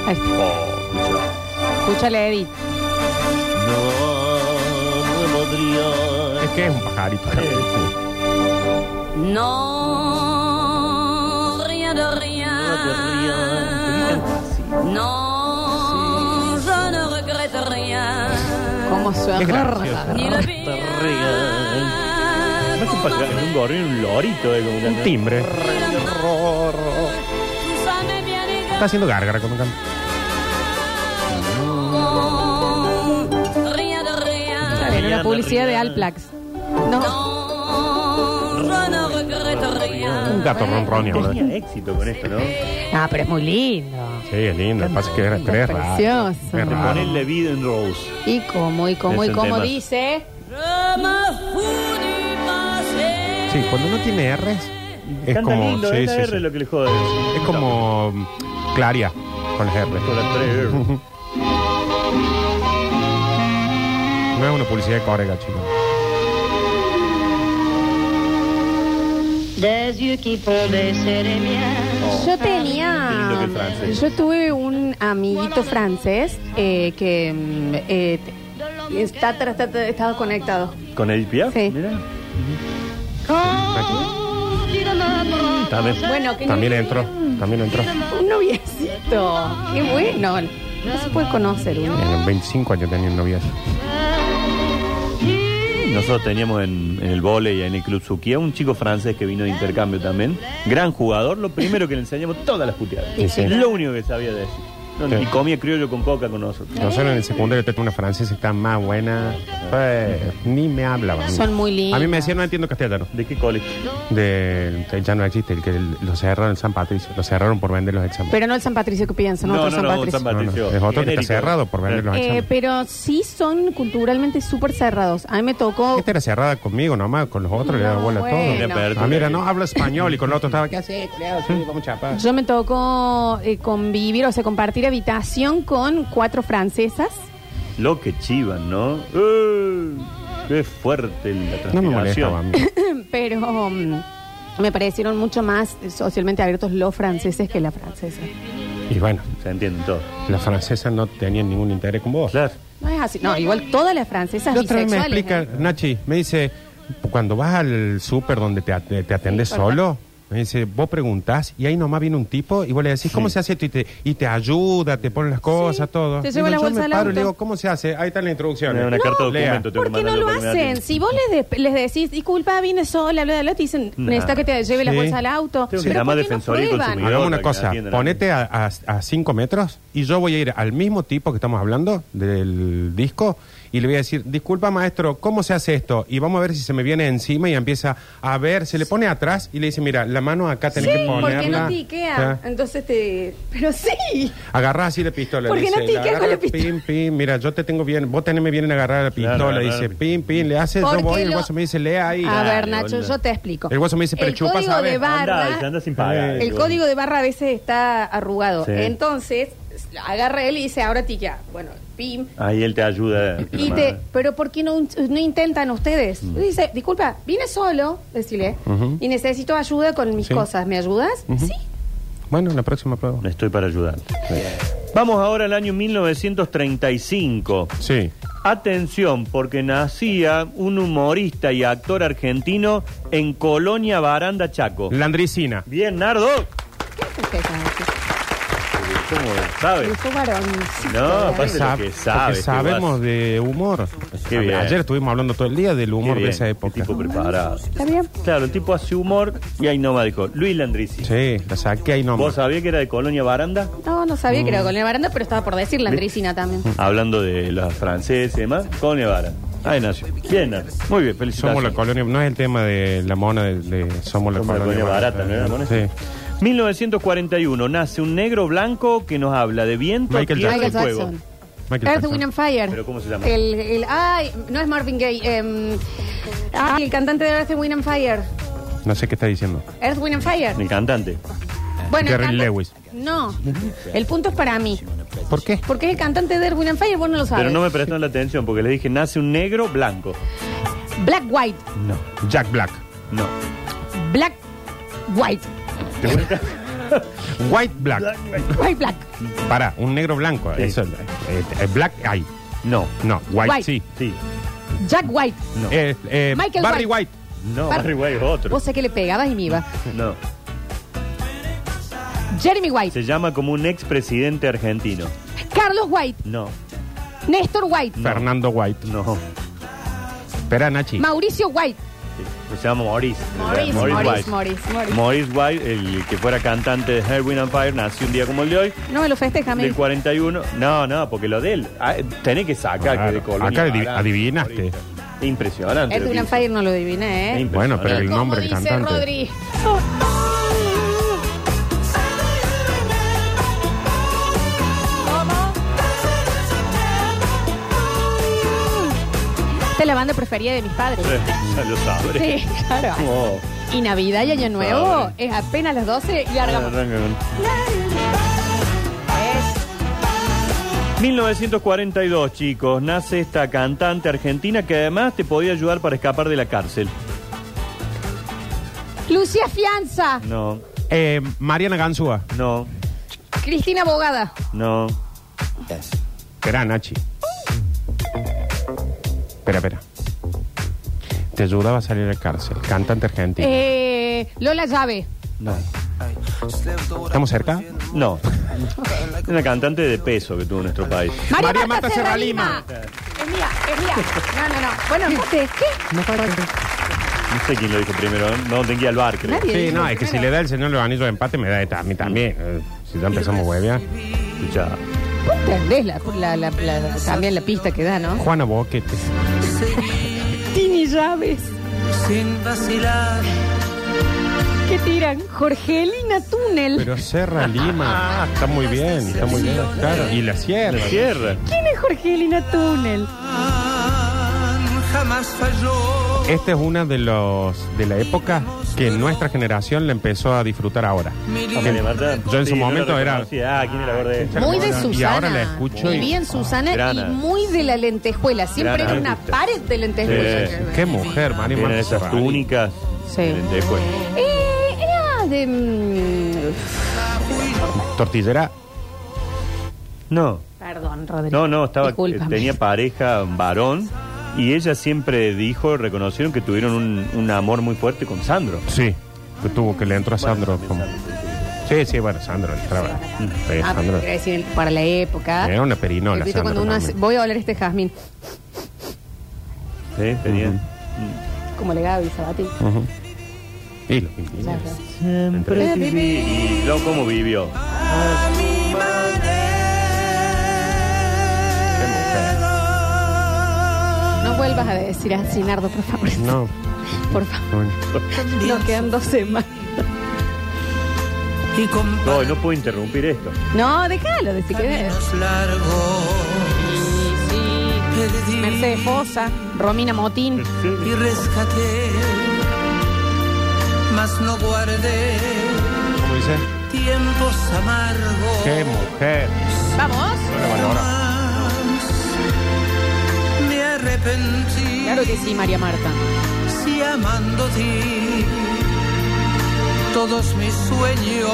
Speaker 1: Ahí está.
Speaker 2: Oh,
Speaker 1: Escúchale, Edith.
Speaker 2: No
Speaker 3: Es que es un pajarito.
Speaker 2: Eh.
Speaker 4: Non, rien de rien. Non, je ne regrette rien.
Speaker 1: ¿Cómo
Speaker 3: Es
Speaker 1: suena?
Speaker 3: gracioso.
Speaker 4: Ni le
Speaker 2: No es un pajarito, es un
Speaker 4: bien.
Speaker 2: gorrión, un lorito. Es como
Speaker 3: Un
Speaker 2: que-
Speaker 3: timbre.
Speaker 4: Tout ça m'est bien égal.
Speaker 3: Está haciendo gárgara cuando canta.
Speaker 4: Rien de rien.
Speaker 1: En una publicidad de Alplax. No.
Speaker 4: Non, je ne regrette
Speaker 3: Un
Speaker 4: rien.
Speaker 3: gato ronroneo. ¿no?
Speaker 2: Tenía éxito con esto, ¿no? Te
Speaker 1: Ah, pero es muy lindo.
Speaker 3: Sí, es lindo. Lo que pasa es que era tres raros.
Speaker 1: Precioso.
Speaker 3: Es raro.
Speaker 2: pone la vida en Rose.
Speaker 1: Y como, y como,
Speaker 2: Es
Speaker 1: y
Speaker 2: un
Speaker 1: como
Speaker 2: tema.
Speaker 1: dice.
Speaker 4: Je me fous du passé.
Speaker 3: Sí, cuando no tiene R es
Speaker 2: Canta
Speaker 3: como.
Speaker 2: lindo,
Speaker 3: sí,
Speaker 2: es la
Speaker 3: sí,
Speaker 2: R
Speaker 3: sí.
Speaker 2: lo que le jode.
Speaker 3: Es como mm, Claria con las R.
Speaker 2: Con la tres R.
Speaker 3: No es una publicidad de Corega, chicos.
Speaker 5: Des yeux qui font baisser les miens.
Speaker 1: Yo
Speaker 2: Oh. Ah, Qué lindo que
Speaker 1: tenía.
Speaker 2: el francés.
Speaker 1: Yo tuve un amiguito francés eh, que mm, eh, te- está, tra- está- está- estaba conectado.
Speaker 2: ¿Con Edith Piaf?
Speaker 1: Sí.
Speaker 2: Mira.
Speaker 5: Quand il me prend,
Speaker 2: También.
Speaker 1: Bueno, que
Speaker 3: También entró, también entró.
Speaker 1: un noviecito. Qué bueno. No se puede conocer uno.
Speaker 3: En los 25 años tenía un noviazgo.
Speaker 2: Nosotros teníamos en, en el volei, en el Club Suquía, un chico francés que vino de intercambio también. Gran jugador, lo primero que le enseñamos todas las puteadas.
Speaker 3: Sí, sí.
Speaker 2: Lo único que sabía de decir. No,
Speaker 3: Sí.
Speaker 2: Y comía criollo con coca con nosotros.
Speaker 3: Nosotros en el secundario tengo una francesa que está más buena. Eh, ni me hablaban.
Speaker 1: Son muy lindos.
Speaker 3: A mí me decían, no entiendo castellano.
Speaker 2: ¿De qué colegio?
Speaker 3: De, ya no existe, el que el- lo cerraron en San Patricio. Lo cerraron por vender los exámenes.
Speaker 1: Pero no el San Patricio que piensan, otro San Patricio.
Speaker 3: No, no, es otro que está cerrado por vender los
Speaker 1: Eh,
Speaker 3: exámenes.
Speaker 1: pero sí son culturalmente súper cerrados. A mí me tocó.
Speaker 3: Esta era cerrada conmigo nomás, con los otros le daba
Speaker 1: No,
Speaker 3: bola a
Speaker 1: bueno.
Speaker 3: todo.
Speaker 2: Era
Speaker 3: Ah, mira, no habla español y con los otros estaba, ¿qué hace? culiao? Sí, vamos a chapar.
Speaker 1: Yo me tocó eh, convivir, o sea, compartir habitación con cuatro francesas. <clears throat>
Speaker 2: Lo que chivan, ¿no? Eh, qué fuerte la
Speaker 3: No
Speaker 2: transpiración.
Speaker 3: me molestaba a mí.
Speaker 1: pero mm, me parecieron mucho más eh, socialmente abiertos los franceses que la francesa.
Speaker 3: Y bueno,
Speaker 2: Se entienden todos.
Speaker 3: las francesas no tenían ningún interés con vos.
Speaker 2: Claro.
Speaker 1: No es así. No, igual todas las francesas
Speaker 3: La otra vez me
Speaker 1: bisexuales.
Speaker 3: explica,
Speaker 1: ¿eh?
Speaker 3: Nachi, me dice, cuando vas al súper donde te, at- te atendes
Speaker 1: Sí, ¿verdad?
Speaker 3: solo, me dice, vos preguntás y ahí nomás viene un tipo y vos le decís, ¿cómo se hace esto? Y te, y te ayuda, te pone las cosas, todo.
Speaker 1: te lleva
Speaker 3: Digo,
Speaker 1: la
Speaker 3: yo
Speaker 1: bolsa
Speaker 3: me
Speaker 1: al
Speaker 3: paro y
Speaker 1: auto.
Speaker 3: le digo, ¿cómo se hace? Ahí está la introducción.
Speaker 2: Una carta de
Speaker 3: Lea.
Speaker 2: documento. tengo
Speaker 1: ¿Por
Speaker 2: que
Speaker 1: qué no
Speaker 2: mandarlo
Speaker 1: lo
Speaker 2: por email.
Speaker 1: hacen? Si vos les, de- les decís, disculpa, vine sola, bla, bla, bla, te dicen,
Speaker 2: No.
Speaker 1: necesita que te lleve la
Speaker 3: Mm. Sí.
Speaker 1: bolsa al auto.
Speaker 2: Tengo que
Speaker 1: Pero
Speaker 2: llamar
Speaker 1: ¿por qué
Speaker 2: Defensoría y
Speaker 1: no prueban?
Speaker 2: Consumidor.
Speaker 3: Hagamos una
Speaker 2: que
Speaker 3: cosa,
Speaker 2: atiendan a
Speaker 3: ponete a, a, 5 metros y yo voy a ir al mismo tipo que estamos hablando del disco y le voy a decir, disculpa maestro, ¿cómo se hace esto? Y vamos a ver si se me viene encima y empieza a ver, se le pone atrás y le dice, mira, la mano acá tenés que
Speaker 1: Sí,
Speaker 3: ponerla.
Speaker 1: porque no tiquea.
Speaker 3: Ah.
Speaker 1: Entonces te... Pero sí.
Speaker 3: Agarrás así la pistola.
Speaker 1: ¿Por qué
Speaker 3: le
Speaker 1: no
Speaker 3: dice,
Speaker 1: tiquea con
Speaker 3: agarra,
Speaker 1: la pistola?
Speaker 3: Pim, pim, mira, yo te tengo bien, vos tenés bien en agarrar la pistola.
Speaker 2: Claro, agarrar
Speaker 3: dice,
Speaker 2: la
Speaker 3: pim, pim, le hace, yo
Speaker 1: Porque
Speaker 3: voy, el
Speaker 1: lo-
Speaker 3: guaso me dice, lea ahí.
Speaker 1: A ver,
Speaker 2: Dale,
Speaker 1: Nacho,
Speaker 2: boludo.
Speaker 1: yo te explico.
Speaker 3: El guaso me dice, pero
Speaker 1: el
Speaker 3: chupa,
Speaker 1: código
Speaker 3: sabe.
Speaker 1: de barra,
Speaker 2: Anda, anda sin pagar.
Speaker 3: eh.
Speaker 1: El código de barra a veces está arrugado.
Speaker 2: Sí.
Speaker 1: Entonces, agarra él y dice, ahora tiquea. Bueno, pim.
Speaker 2: Ahí él te ayuda.
Speaker 1: Y te, pero ¿por qué no, no intentan ustedes? Dice, disculpa, vine solo, decirle,
Speaker 3: Mm. Ujú.
Speaker 1: y necesito ayuda con mis
Speaker 3: Sí.
Speaker 1: cosas. ¿Me ayudas?
Speaker 3: Ujú.
Speaker 1: Sí.
Speaker 3: Bueno, la próxima prueba.
Speaker 2: Estoy para ayudar. Vamos ahora al año 1935.
Speaker 3: Sí.
Speaker 2: Atención, porque nacía un humorista y actor argentino en Colonia Baranda Chaco.
Speaker 3: Landricina.
Speaker 2: Bien, Nardo.
Speaker 1: ¿Qué hace usted con eso?
Speaker 2: ¿Cómo sabes?
Speaker 1: Dijo varoncito.
Speaker 2: No,
Speaker 1: ¿verdad?
Speaker 2: aparte- Eso es lo
Speaker 3: Sab-
Speaker 2: que sabe,
Speaker 3: porque
Speaker 2: este
Speaker 3: sabemos
Speaker 2: guaso.
Speaker 3: de humor.
Speaker 2: Qué bien.
Speaker 3: Ayer estuvimos hablando todo el día del
Speaker 2: Qué
Speaker 3: humor
Speaker 2: bien,
Speaker 3: de esa
Speaker 2: qué
Speaker 3: época.
Speaker 2: tipo preparado.
Speaker 1: Está bien.
Speaker 2: Claro, el tipo hace humor y ahí nomás dijo, Luis Landrisi.
Speaker 3: Sí, la saqué ahí nomás.
Speaker 2: ¿Vos sabías que era de Colonia Baranda?
Speaker 1: No, no sabía que
Speaker 3: Mm.
Speaker 1: era con el baranda, pero estaba por decir la Andricina también.
Speaker 2: Hablando de los franceses y demás, Colonia Baranda. Ahí nació. Bien, Nardo. Muy bien,
Speaker 3: Somos la
Speaker 2: felicitaciones.
Speaker 3: colonia, no es el tema de la mona de, de Somos
Speaker 2: Somos la
Speaker 3: la colonia
Speaker 2: colonia barata, ¿no era, mona?
Speaker 3: Sí.
Speaker 2: 1941 nace un negro blanco que nos habla de viento,
Speaker 3: Michael
Speaker 2: tierra
Speaker 1: Michael
Speaker 2: y fuego.
Speaker 1: Jackson.
Speaker 3: Michael
Speaker 1: Earth,
Speaker 3: Jackson.
Speaker 1: Wind and Fire.
Speaker 2: ¿Pero cómo se llama?
Speaker 1: El, el- ay, no es Marvin Gaye. em, ah, el cantante de Earth, Wind and Fire.
Speaker 3: No sé qué está diciendo.
Speaker 1: Earth, Wind and Fire.
Speaker 2: El cantante.
Speaker 1: Bueno, el
Speaker 3: Jerry
Speaker 1: cantante-
Speaker 3: Lewis.
Speaker 1: No, el punto es para mí.
Speaker 3: ¿Por qué?
Speaker 1: Porque es el cantante de Erwin and Fire, vos no lo sabes.
Speaker 2: Pero no me prestaron la atención porque les dije, nace un negro blanco.
Speaker 1: Black White.
Speaker 2: No,
Speaker 3: Jack Black.
Speaker 2: no.
Speaker 1: Black White.
Speaker 3: White Black.
Speaker 1: White Black.
Speaker 3: Pará, un negro blanco.
Speaker 2: Sí.
Speaker 3: Eso, eh, eh, black hay.
Speaker 2: No,
Speaker 3: No, white,
Speaker 1: White.
Speaker 3: sí.
Speaker 2: sí,
Speaker 1: Jack White.
Speaker 2: no.
Speaker 3: Eh, eh,
Speaker 1: Michael
Speaker 3: Barry
Speaker 1: White.
Speaker 3: White.
Speaker 2: no,
Speaker 1: Bar-
Speaker 2: Barry White es otro.
Speaker 1: Vos sé que le pegabas y me iba.
Speaker 2: No.
Speaker 1: Jeremy White.
Speaker 2: Se llama como un expresidente argentino.
Speaker 1: Carlos White.
Speaker 2: No,
Speaker 1: Néstor White.
Speaker 3: Fernando White.
Speaker 2: no.
Speaker 3: Espera, Nachi.
Speaker 1: Mauricio White.
Speaker 2: Sí, Se llama Maurice. eh,
Speaker 1: Maurice,
Speaker 2: Maurice
Speaker 1: Maurice,
Speaker 2: White.
Speaker 1: Maurice, Maurice.
Speaker 2: Maurice White, el que fuera cantante de Herwin and Fire, nació un día como el de hoy,
Speaker 1: No me lo festeja, a mí.
Speaker 2: del 41. No, no, porque lo de él, ah, tenés que sacar
Speaker 3: Claro,
Speaker 2: que de Colonia
Speaker 3: acá adiv-
Speaker 2: Baranda,
Speaker 3: adivinaste.
Speaker 2: Maurice. Impresionante.
Speaker 1: Edwin and Fire no lo adiviné, ¿eh?
Speaker 2: Impresionante.
Speaker 3: Bueno, pero el
Speaker 6: ¿Cómo
Speaker 3: nombre del
Speaker 6: dice
Speaker 3: cantante.
Speaker 6: Rodri?
Speaker 1: Esta es la banda preferida de mis padres.
Speaker 2: <laughs> Ya lo sabes.
Speaker 1: Sí, claro.
Speaker 2: Oh,
Speaker 1: Y Navidad y Año Nuevo
Speaker 2: Padre.
Speaker 1: es apenas las 12 y largamos.
Speaker 2: arranca con- 1942, chicos, nace esta cantante argentina que además te podía ayudar para escapar de la cárcel.
Speaker 1: Lucía Fianza.
Speaker 2: No,
Speaker 3: Eh, Mariana Ganzúa.
Speaker 2: no,
Speaker 1: Cristina Bogada.
Speaker 2: no.
Speaker 3: Espera, Nachi. Espera, espera. Te ayudaba a salir de la cárcel. Cantante argentino.
Speaker 1: Eh, Lola Llave.
Speaker 2: No.
Speaker 3: ¿Estamos cerca?
Speaker 2: No. Una cantante de peso que tuvo nuestro país.
Speaker 1: María, Marta
Speaker 3: María Marta
Speaker 1: Serra
Speaker 3: Serra
Speaker 1: Lima. Es mía, es mía. No, no, no. Bueno, no sé. ¿Qué?
Speaker 2: No sé quién lo dijo primero. ¿eh? No, tenía que ir al bar, creo.
Speaker 1: Nadie.
Speaker 3: Sí,
Speaker 1: dijo
Speaker 3: no, es que si
Speaker 1: primero.
Speaker 3: le da el señor los anillos de empate, me da esta- a mí también. Eh, Si ya empezamos huevia.
Speaker 2: Escuchá.
Speaker 1: Vos entendés la, la, la, la- también la pista que da, ¿no?
Speaker 3: Juana Boquete.
Speaker 1: Tini Llaves.
Speaker 7: Sin vacilar.
Speaker 1: ¿Qué tiran? Jorgelina Túnel.
Speaker 3: Pero Serra Lima. Ah, Está muy bien, está muy bien. Claro. Y la sierra.
Speaker 2: La sierra.
Speaker 1: ¿Quién es Jorgelina Túnel?
Speaker 7: Jamás falló.
Speaker 3: Esta es una de los de la época que nuestra generación la empezó a disfrutar ahora.
Speaker 2: Amelia Marta.
Speaker 3: Yo en
Speaker 2: Sí,
Speaker 3: su
Speaker 2: no la
Speaker 3: momento era
Speaker 2: reconocía. Ah, ¿quién era gorda?
Speaker 1: Muy de
Speaker 3: Y
Speaker 1: Susana.
Speaker 3: ahora la escucho
Speaker 1: Muy
Speaker 3: y-
Speaker 1: bien Susana
Speaker 2: Grana.
Speaker 1: y muy de la lentejuela. Siempre
Speaker 2: Gran
Speaker 1: era una
Speaker 2: artista.
Speaker 1: pared de lentejuela.
Speaker 2: Sí.
Speaker 3: Eh, qué mujer, Mari
Speaker 2: Tienen
Speaker 3: Marta
Speaker 2: esas
Speaker 3: Serra.
Speaker 2: túnicas.
Speaker 1: Sí.
Speaker 2: Lentejuela.
Speaker 1: Eh, era de... mm,
Speaker 3: Tortillera.
Speaker 2: No.
Speaker 1: Perdón, Rodrigo.
Speaker 2: No, no, estaba, eh,
Speaker 1: Discúlpame. Ah,
Speaker 2: tenía pareja varón y ella siempre dijo, reconocieron que tuvieron un, un amor muy fuerte con Sandro.
Speaker 3: Sí, que tuvo que le entró a Sandro. como- Sí, sí, bueno, Sandro. entraba. Sí,
Speaker 1: Ah, pero
Speaker 3: Sandro.
Speaker 1: quería decir, para la época.
Speaker 3: Era una perinola,
Speaker 1: Repito, cuando
Speaker 3: Sandra
Speaker 1: uno hace-
Speaker 3: Fernández.
Speaker 1: voy a oler este jazmín,
Speaker 2: Sí, tenía.
Speaker 1: como le Gaby Sabatini.
Speaker 3: Y lo- y-
Speaker 2: Siempre viví. Y lo cómo vivió.
Speaker 1: No vuelvas a decir así, Nardo, por favor.
Speaker 3: No,
Speaker 1: Por favor,
Speaker 3: bueno.
Speaker 1: nos quedan dos semanas.
Speaker 7: Y con
Speaker 2: No, no puedo interrumpir esto.
Speaker 1: No, déjalo, de si querés.
Speaker 7: caminos largos perdí
Speaker 1: Mercedes Fosa, Romina Motín.
Speaker 7: y rescaté, mas no guardé
Speaker 3: ¿Cómo dice?
Speaker 7: tiempos amargos.
Speaker 3: Qué mujer.
Speaker 1: Vamos.
Speaker 7: Más Me arrepentí
Speaker 1: Claro que sí, María Marta.
Speaker 7: si amando ti todos mis sueños.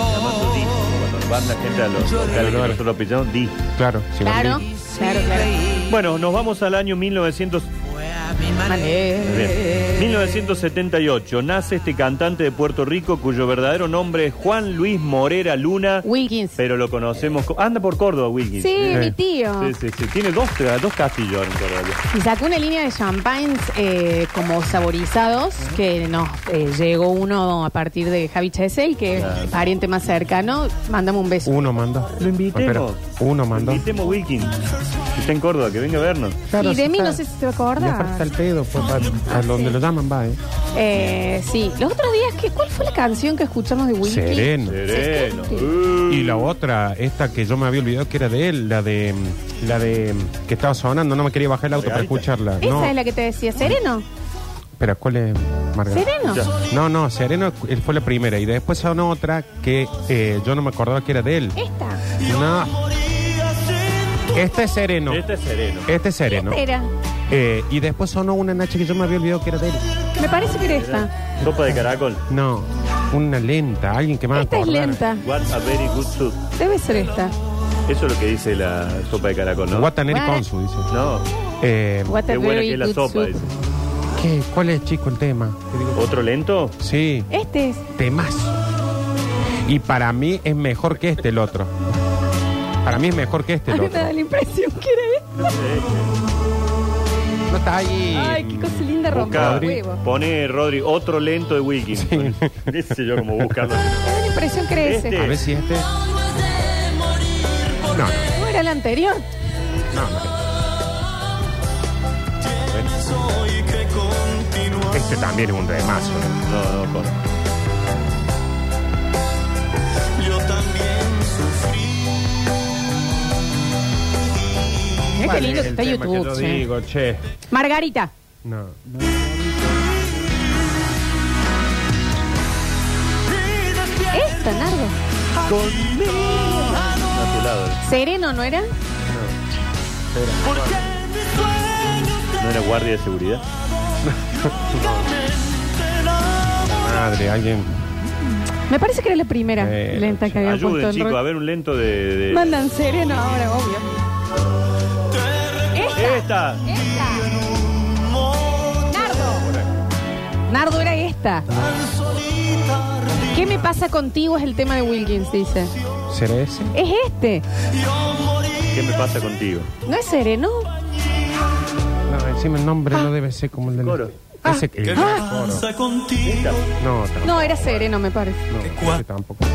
Speaker 2: Cuando van la gente a los locales que nosotros lo pillamos, di.
Speaker 3: Claro, sí,
Speaker 1: Claro,
Speaker 3: Mandy.
Speaker 1: claro, claro.
Speaker 2: Bueno, nos vamos al año 1900. Bien. 1978 nace este cantante de Puerto Rico cuyo verdadero nombre es Juan Luis Morera Luna,
Speaker 1: Wilkins.
Speaker 2: pero lo conocemos. co- Anda por Córdoba, Wilkins.
Speaker 1: Sí, mi tío.
Speaker 2: Sí, sí, sí. Tiene dos, dos castillos en Córdoba.
Speaker 1: Y sacó una línea de champagnes eh, como saborizados, que nos eh, llegó uno a partir de Javi Chesel, que es pariente más cercano. Mándame un beso.
Speaker 3: Uno mandó.
Speaker 2: Lo invitemos.
Speaker 3: Espera, Uno mandó.
Speaker 2: Lo invitemos a Wilkins. que Está en Córdoba, que venga a vernos.
Speaker 1: y de mí no sé si te
Speaker 3: Le
Speaker 1: acuerdas.
Speaker 3: falta el pedo, pues, va- a donde lo llaman va, ¿eh?
Speaker 1: Eh, sí, los otros días, ¿qué, ¿cuál fue la canción que escuchamos de Wilkins?
Speaker 3: Sereno.
Speaker 2: Sereno. Uh.
Speaker 3: Y la otra, esta que yo me había olvidado que era de él, la de. La de. que estaba sonando, no me quería bajar el auto para
Speaker 2: Margarita.
Speaker 3: escucharla.
Speaker 1: Esa
Speaker 3: No,
Speaker 1: es la que te decía, Sereno.
Speaker 3: pero ¿cuál es, Margarita?
Speaker 1: Sereno.
Speaker 2: Ya.
Speaker 3: No, no, Sereno él fue la primera. Y después sonó otra que eh, yo no me acordaba que era de él.
Speaker 1: Esta.
Speaker 3: No. Este es sereno.
Speaker 2: Este es sereno.
Speaker 3: Este es sereno.
Speaker 1: Era.
Speaker 3: Eh, y después sonó una Nacha que yo me había olvidado que era de él.
Speaker 1: Me parece que era esta.
Speaker 2: Sopa de caracol.
Speaker 3: No, una lenta, alguien que más
Speaker 1: Esta es lenta.
Speaker 2: What a very good soup.
Speaker 1: Debe ser esta.
Speaker 2: Eso es lo que dice la sopa de caracol, ¿no?
Speaker 3: Wataneri
Speaker 1: What-
Speaker 3: Consu, dice.
Speaker 2: No.
Speaker 3: Eh,
Speaker 1: What
Speaker 2: Qué
Speaker 1: a
Speaker 2: buena
Speaker 1: very
Speaker 2: que es la
Speaker 1: good
Speaker 2: sopa,
Speaker 1: soup.
Speaker 2: dice.
Speaker 3: ¿qué? ¿Cuál es, chico, el tema?
Speaker 2: ¿Otro lento?
Speaker 3: Sí,
Speaker 1: Este es.
Speaker 3: temazo. Y para mí es mejor que este el otro. Para mí es mejor que este
Speaker 1: A
Speaker 3: el
Speaker 1: mí me
Speaker 3: otro.
Speaker 1: da la impresión que era este, esta.
Speaker 3: No está ahí.
Speaker 1: Ay, qué cosa linda romper
Speaker 2: Busca,
Speaker 1: el huevo.
Speaker 2: pone Rodri, otro lento de Wilkins. <laughs> Dice yo como buscarlo.
Speaker 1: Me da la impresión que era ese.
Speaker 2: Este.
Speaker 3: A ver si este. No, no.
Speaker 1: ¿No era el anterior?
Speaker 3: No, no. Este también es un remazo. ¿eh?
Speaker 2: No, no, con-
Speaker 1: Mira qué
Speaker 3: ¿Cuál
Speaker 1: lindo que
Speaker 3: es el
Speaker 1: está
Speaker 3: tema
Speaker 1: YouTube,
Speaker 3: yo
Speaker 1: che.
Speaker 3: digo, che.
Speaker 1: Margarita.
Speaker 3: No.
Speaker 1: Esta, Nardo.
Speaker 2: a tu lado.
Speaker 1: ¿Sereno no era?
Speaker 2: ¿No era guardia de seguridad?
Speaker 3: Madre, alguien.
Speaker 1: Me parece que era la primera
Speaker 3: Eh,
Speaker 1: lenta que había puesto
Speaker 2: Ayuden,
Speaker 1: en
Speaker 2: chicos,
Speaker 1: rock.
Speaker 2: a ver un lento de. de-
Speaker 1: Mandan sereno ahora, obvio. Esta.
Speaker 2: ¡Esta!
Speaker 1: Esta. Nardo. Nardo era esta. ¿Qué me pasa contigo? Es el tema de Wilkins, dice.
Speaker 3: ¿Será ese?
Speaker 1: Es este.
Speaker 2: ¿Qué me pasa contigo? <laughs>
Speaker 1: No es sereno.
Speaker 3: No, encima el nombre
Speaker 1: Ah.
Speaker 3: no debe ser como el del. Ah.
Speaker 2: Coro.
Speaker 3: Ese que. el
Speaker 7: Ah.
Speaker 3: coro.
Speaker 2: Esta.
Speaker 3: No, tampoco.
Speaker 1: No, era sereno, me parece.
Speaker 3: No, ese tampoco.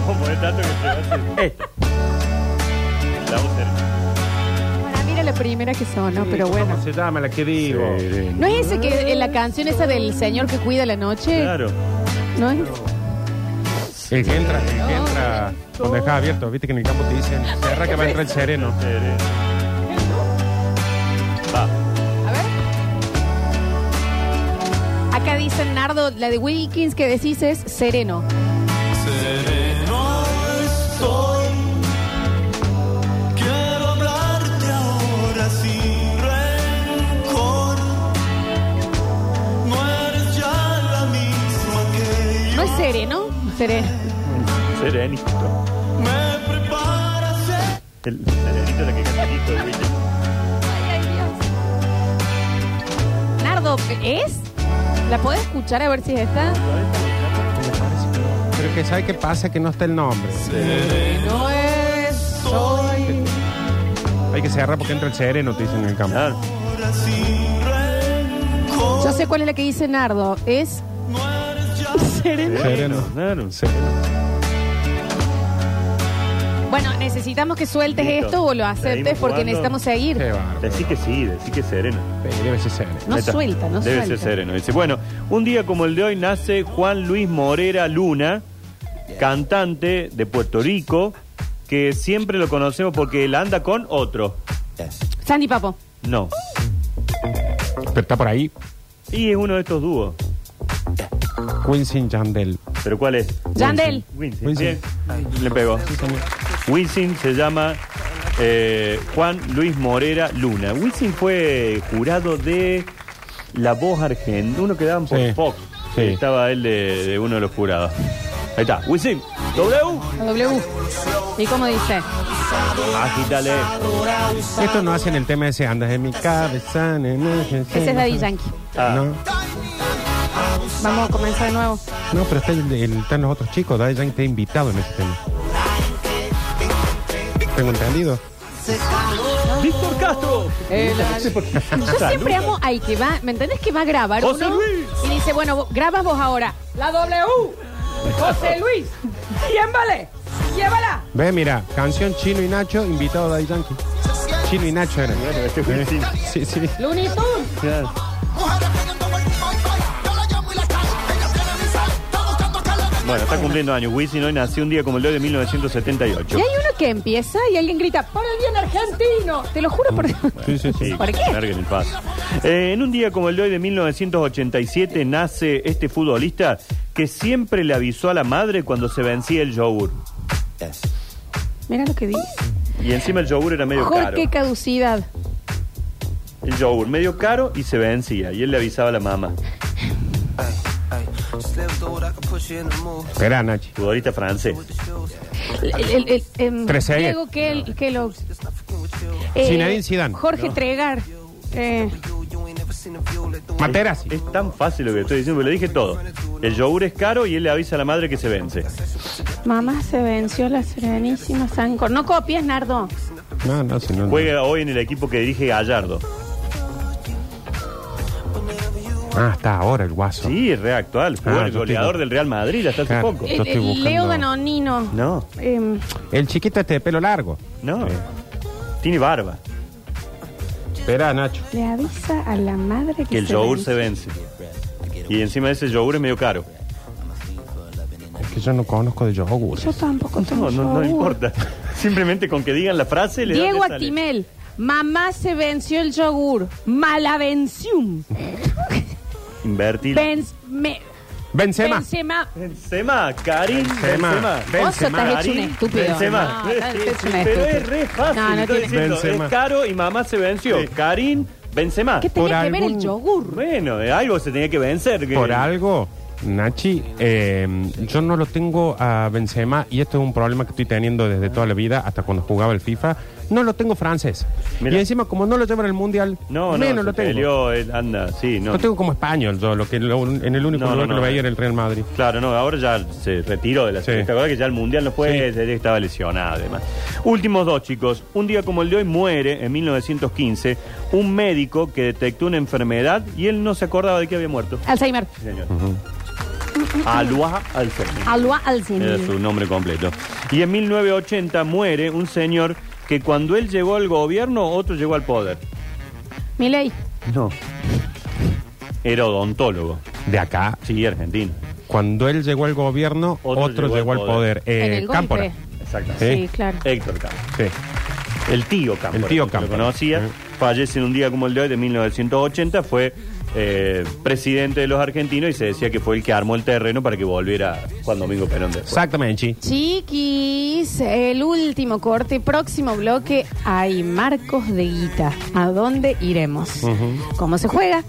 Speaker 2: Vamos a poner tanto que se va a hacer.
Speaker 3: Este.
Speaker 2: La voz era-
Speaker 1: Para mí era la primera que sonó, pero bueno.
Speaker 3: ¿Cómo se llama la que digo?
Speaker 1: ¿No es ese que eh, la canción esa del señor que cuida la noche?
Speaker 2: Claro.
Speaker 1: ¿No es?
Speaker 3: El que entra, el que entra. Cuando dejas abierto, viste que en el campo te dicen. Cerra que va a entrar el sereno.
Speaker 2: Sereno. Va.
Speaker 1: A ver. Acá dicen, Nardo, la de Wilkins que decís es sereno.
Speaker 6: Quiero hablarte ahora sin rencor. No eres ya la misma que
Speaker 1: ¿No es sereno? Sereno.
Speaker 2: Serenito.
Speaker 6: me preparas
Speaker 2: El serenito es la que canta Tito de Wilkins.
Speaker 1: Ay, ay, Dios. Nardo, ¿es? ¿La podés escuchar a ver si es esta?
Speaker 3: Pero que sabe qué pasa que no está el nombre.
Speaker 1: No es. Soy.
Speaker 3: Hay que cerrar porque entra el sereno, te dicen en el campo.
Speaker 2: Claro.
Speaker 6: ahora sin rencor.
Speaker 1: Yo sé cuál es la que dice Nardo. Es.
Speaker 6: No eres ya
Speaker 1: Sereno.
Speaker 3: Sereno.
Speaker 2: Claro.
Speaker 3: Sereno.
Speaker 1: Bueno, necesitamos que sueltes
Speaker 2: Listo.
Speaker 1: esto o lo aceptes
Speaker 2: Seguimos
Speaker 1: porque
Speaker 2: jugando.
Speaker 1: necesitamos seguir.
Speaker 3: Qué bárbaro.
Speaker 2: Decí que sí, decí que es sereno.
Speaker 3: Sí, Debe ser sereno.
Speaker 1: No
Speaker 2: Ahí está.
Speaker 1: suelta, no
Speaker 2: Debe
Speaker 1: suelta.
Speaker 2: ser sereno. Dice, bueno, un día como el de hoy nace Juan Luis Morera Luna, cantante de Puerto Rico, que siempre lo conocemos porque él anda con otro.
Speaker 1: Sandy Papo.
Speaker 2: No.
Speaker 3: Pero está por ahí.
Speaker 2: Y es uno de estos dúos.
Speaker 3: Quincy Yandel.
Speaker 2: ¿Pero cuál es?
Speaker 1: Yandel.
Speaker 2: Winsin.
Speaker 3: Winsin.
Speaker 2: Bien. Le pegó. Winsin se llama eh, Juan Luis Morera Luna. Winsin fue jurado de La Voz Argentina. Uno que daban por
Speaker 3: Sí.
Speaker 2: Fox.
Speaker 3: Sí.
Speaker 2: Estaba él de, de uno de los jurados. Ahí está. Winsin. W.
Speaker 1: La W. ¿Y cómo dice?
Speaker 2: Agítale.
Speaker 3: Esto no hacen el tema ese. Andas en mi cabeza. Ese
Speaker 1: Ese es Daddy Yankee.
Speaker 2: Ah.
Speaker 3: No,
Speaker 1: Vamos a comenzar de nuevo.
Speaker 3: no, pero está el- el- están los otros chicos. Daddy Yankee te ha invitado en ese tema. Tengo entendido.
Speaker 2: Víctor Castro.
Speaker 1: Eh, Yo siempre amo al que va, ¿me entendés que va a grabar
Speaker 2: José
Speaker 1: uno?
Speaker 2: Luis.
Speaker 1: Y dice, bueno, vos- grabas vos ahora. La W. José Luis. ¿Quién vale? Llévala.
Speaker 3: Ve, mira, canción Chino y Nacho, invitado a Daddy Yankee. Chino y Nacho era.
Speaker 2: Este es Winsin.
Speaker 3: Sí, sí.
Speaker 1: Lunitun.
Speaker 2: Claro.
Speaker 6: Mujeres pegando el ritmo, yo la llamo y la saco. Ella tiene mi sal, está buscando que le den
Speaker 2: Bueno, está cumpliendo años. Wisin hoy nació un día como el de hoy de 1978.
Speaker 1: Y hay uno que empieza y alguien grita, por el bien argentino. Te lo juro por
Speaker 3: Sí, sí, sí.
Speaker 1: ¿Por qué?
Speaker 2: Larguen el paso. Eh, en un día como el de hoy de 1987 nace este futbolista que siempre le avisó a la madre cuando se vencía el yogur.
Speaker 1: Mira lo que dice.
Speaker 2: Y encima el yogur era medio caro.
Speaker 1: Jorge Caducidad.
Speaker 2: El yogur medio caro y se vencía. Y él le avisaba a la mamá.
Speaker 3: Gran Nachi.
Speaker 2: Futbolista francés.
Speaker 1: El, el- el- em,
Speaker 3: Trece años.
Speaker 1: Diego Kel- Kellogg.
Speaker 3: Zinedine Zidane.
Speaker 1: eh, Jorge Tregar. Eh,
Speaker 3: Materas.
Speaker 2: Es tan fácil lo que estoy diciendo, pero le dije todo. El yogur es caro y él le avisa a la madre que se vence.
Speaker 1: mamá se venció la serenísima Sancor. No copies, Nardo.
Speaker 3: No, no, si no. no.
Speaker 2: Juega hoy en el equipo que dirige Gallardo.
Speaker 3: Ah, está ahora el guaso.
Speaker 2: Sí, es re actual. Jugó
Speaker 3: Ah,
Speaker 2: el
Speaker 3: yo
Speaker 2: goleador
Speaker 3: tengo-
Speaker 2: del Real Madrid hasta hace
Speaker 3: Ah.
Speaker 2: poco.
Speaker 3: Yo
Speaker 1: El-
Speaker 3: estoy
Speaker 1: el Eh, Leo
Speaker 3: buscando.
Speaker 1: Danonino.
Speaker 2: No,
Speaker 1: Em,
Speaker 3: El chiquito este de pelo largo.
Speaker 2: no.
Speaker 3: Sí.
Speaker 2: Tiene barba.
Speaker 3: Espera, Nacho.
Speaker 1: le avisa a la madre que
Speaker 2: Que el
Speaker 1: se
Speaker 2: yogur
Speaker 1: venció.
Speaker 2: se vence. Y encima de ese yogur es medio caro.
Speaker 3: Es que yo no conozco de yogur.
Speaker 1: Yo tampoco tengo
Speaker 2: No, no, no
Speaker 1: yogur.
Speaker 2: importa. <laughs> Simplemente con que digan la frase le dan
Speaker 1: Diego
Speaker 2: le sale.
Speaker 1: Atimel, mamá se venció el yogur. Malavencium.
Speaker 2: Invertir.
Speaker 1: Benz, me,
Speaker 3: Benzema.
Speaker 1: Benzema.
Speaker 2: Benzema, Karim
Speaker 3: Benzema.
Speaker 2: Benzema.
Speaker 3: Benzema.
Speaker 1: Vos estás hecho un
Speaker 2: Karim
Speaker 1: estúpido.
Speaker 2: Benzema.
Speaker 1: No, estás
Speaker 2: <laughs> Sí,
Speaker 1: hecho
Speaker 2: sí,
Speaker 1: un
Speaker 2: pero es
Speaker 1: estúpido.
Speaker 2: re fácil.
Speaker 1: No, no
Speaker 2: estoy
Speaker 1: tiene-
Speaker 2: diciendo,
Speaker 3: Benzema.
Speaker 2: Es caro y mamá se venció. Karim Benzema.
Speaker 1: ¿Qué tenía
Speaker 3: Por
Speaker 1: que ver el
Speaker 3: algún-
Speaker 1: yogur?
Speaker 2: Bueno, de algo se tenía que vencer. que-
Speaker 3: Por algo, Nachi, eh, yo no lo tengo a Benzema y esto es un problema que estoy teniendo desde toda la vida hasta cuando jugaba el FIFA. No lo tengo francés.
Speaker 2: Mira.
Speaker 3: Y encima, como no lo llevan al Mundial,
Speaker 2: No, no,
Speaker 3: menos
Speaker 2: se
Speaker 3: lo tengo.
Speaker 2: peleó, él, anda, sí, no.
Speaker 3: Lo tengo como español, yo, lo que lo- en el único
Speaker 2: No,
Speaker 3: lugar
Speaker 2: no,
Speaker 3: que lo
Speaker 2: no.
Speaker 3: veía era el Real Madrid.
Speaker 2: Claro, no, ahora ya se retiró de la
Speaker 3: Sí.
Speaker 2: selección. ¿Te acordás que ya el mundial no fue, él estaba lesionado además. Últimos dos, chicos. Un día como el de hoy muere, en 1915, un médico que detectó una enfermedad y él no se acordaba de que había muerto.
Speaker 1: Alzheimer.
Speaker 2: Sí, señor. Aloha Alzheimer.
Speaker 1: Alua
Speaker 2: Era
Speaker 1: Alzheimer.
Speaker 2: su nombre completo. Y en 1980 muere un señor que cuando él llegó al gobierno, otro llegó al poder.
Speaker 1: Milei.
Speaker 2: No. Era odontólogo.
Speaker 3: De acá,
Speaker 2: Sí, argentino.
Speaker 3: cuando él llegó al gobierno,
Speaker 2: Otro
Speaker 3: otro,
Speaker 2: llegó
Speaker 3: llegó,
Speaker 2: al
Speaker 3: al poder. Eh,
Speaker 1: en el golpe.
Speaker 3: Cámpora.
Speaker 2: Exactamente.
Speaker 1: Sí,
Speaker 3: Sí.
Speaker 1: claro.
Speaker 2: Héctor Cámpora.
Speaker 3: Sí.
Speaker 2: El tío Cámpora.
Speaker 3: El tío
Speaker 2: que
Speaker 3: Cámpora.
Speaker 2: Lo conocía.
Speaker 3: Sí.
Speaker 2: Fallece en un día como el de hoy de 1980. Fue eh, presidente de los argentinos y se decía que fue el que armó el terreno para que volviera Juan Domingo Perón después.
Speaker 3: Exactamente.
Speaker 1: Chiquis, el último corte, próximo bloque. Hay marcos de guita. ¿A dónde iremos? ¿Cómo se juega?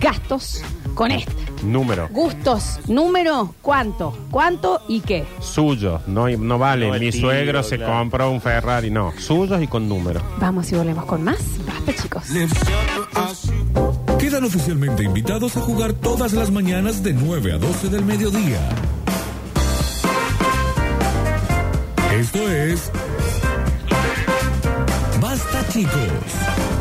Speaker 1: Gastos con este.
Speaker 3: Número.
Speaker 1: Gustos, número, cuánto, cuánto y qué.
Speaker 3: Suyo. No, no vale.
Speaker 2: No, el
Speaker 3: Mi
Speaker 2: tío,
Speaker 3: suegro se
Speaker 2: claro.
Speaker 3: compró un Ferrari. No. Suyos y con número.
Speaker 1: Vamos y volvemos con más. Basta, chicos.
Speaker 8: Quedan oficialmente invitados a jugar todas las mañanas de 9 a 12 del mediodía. Esto es. Basta, chicos.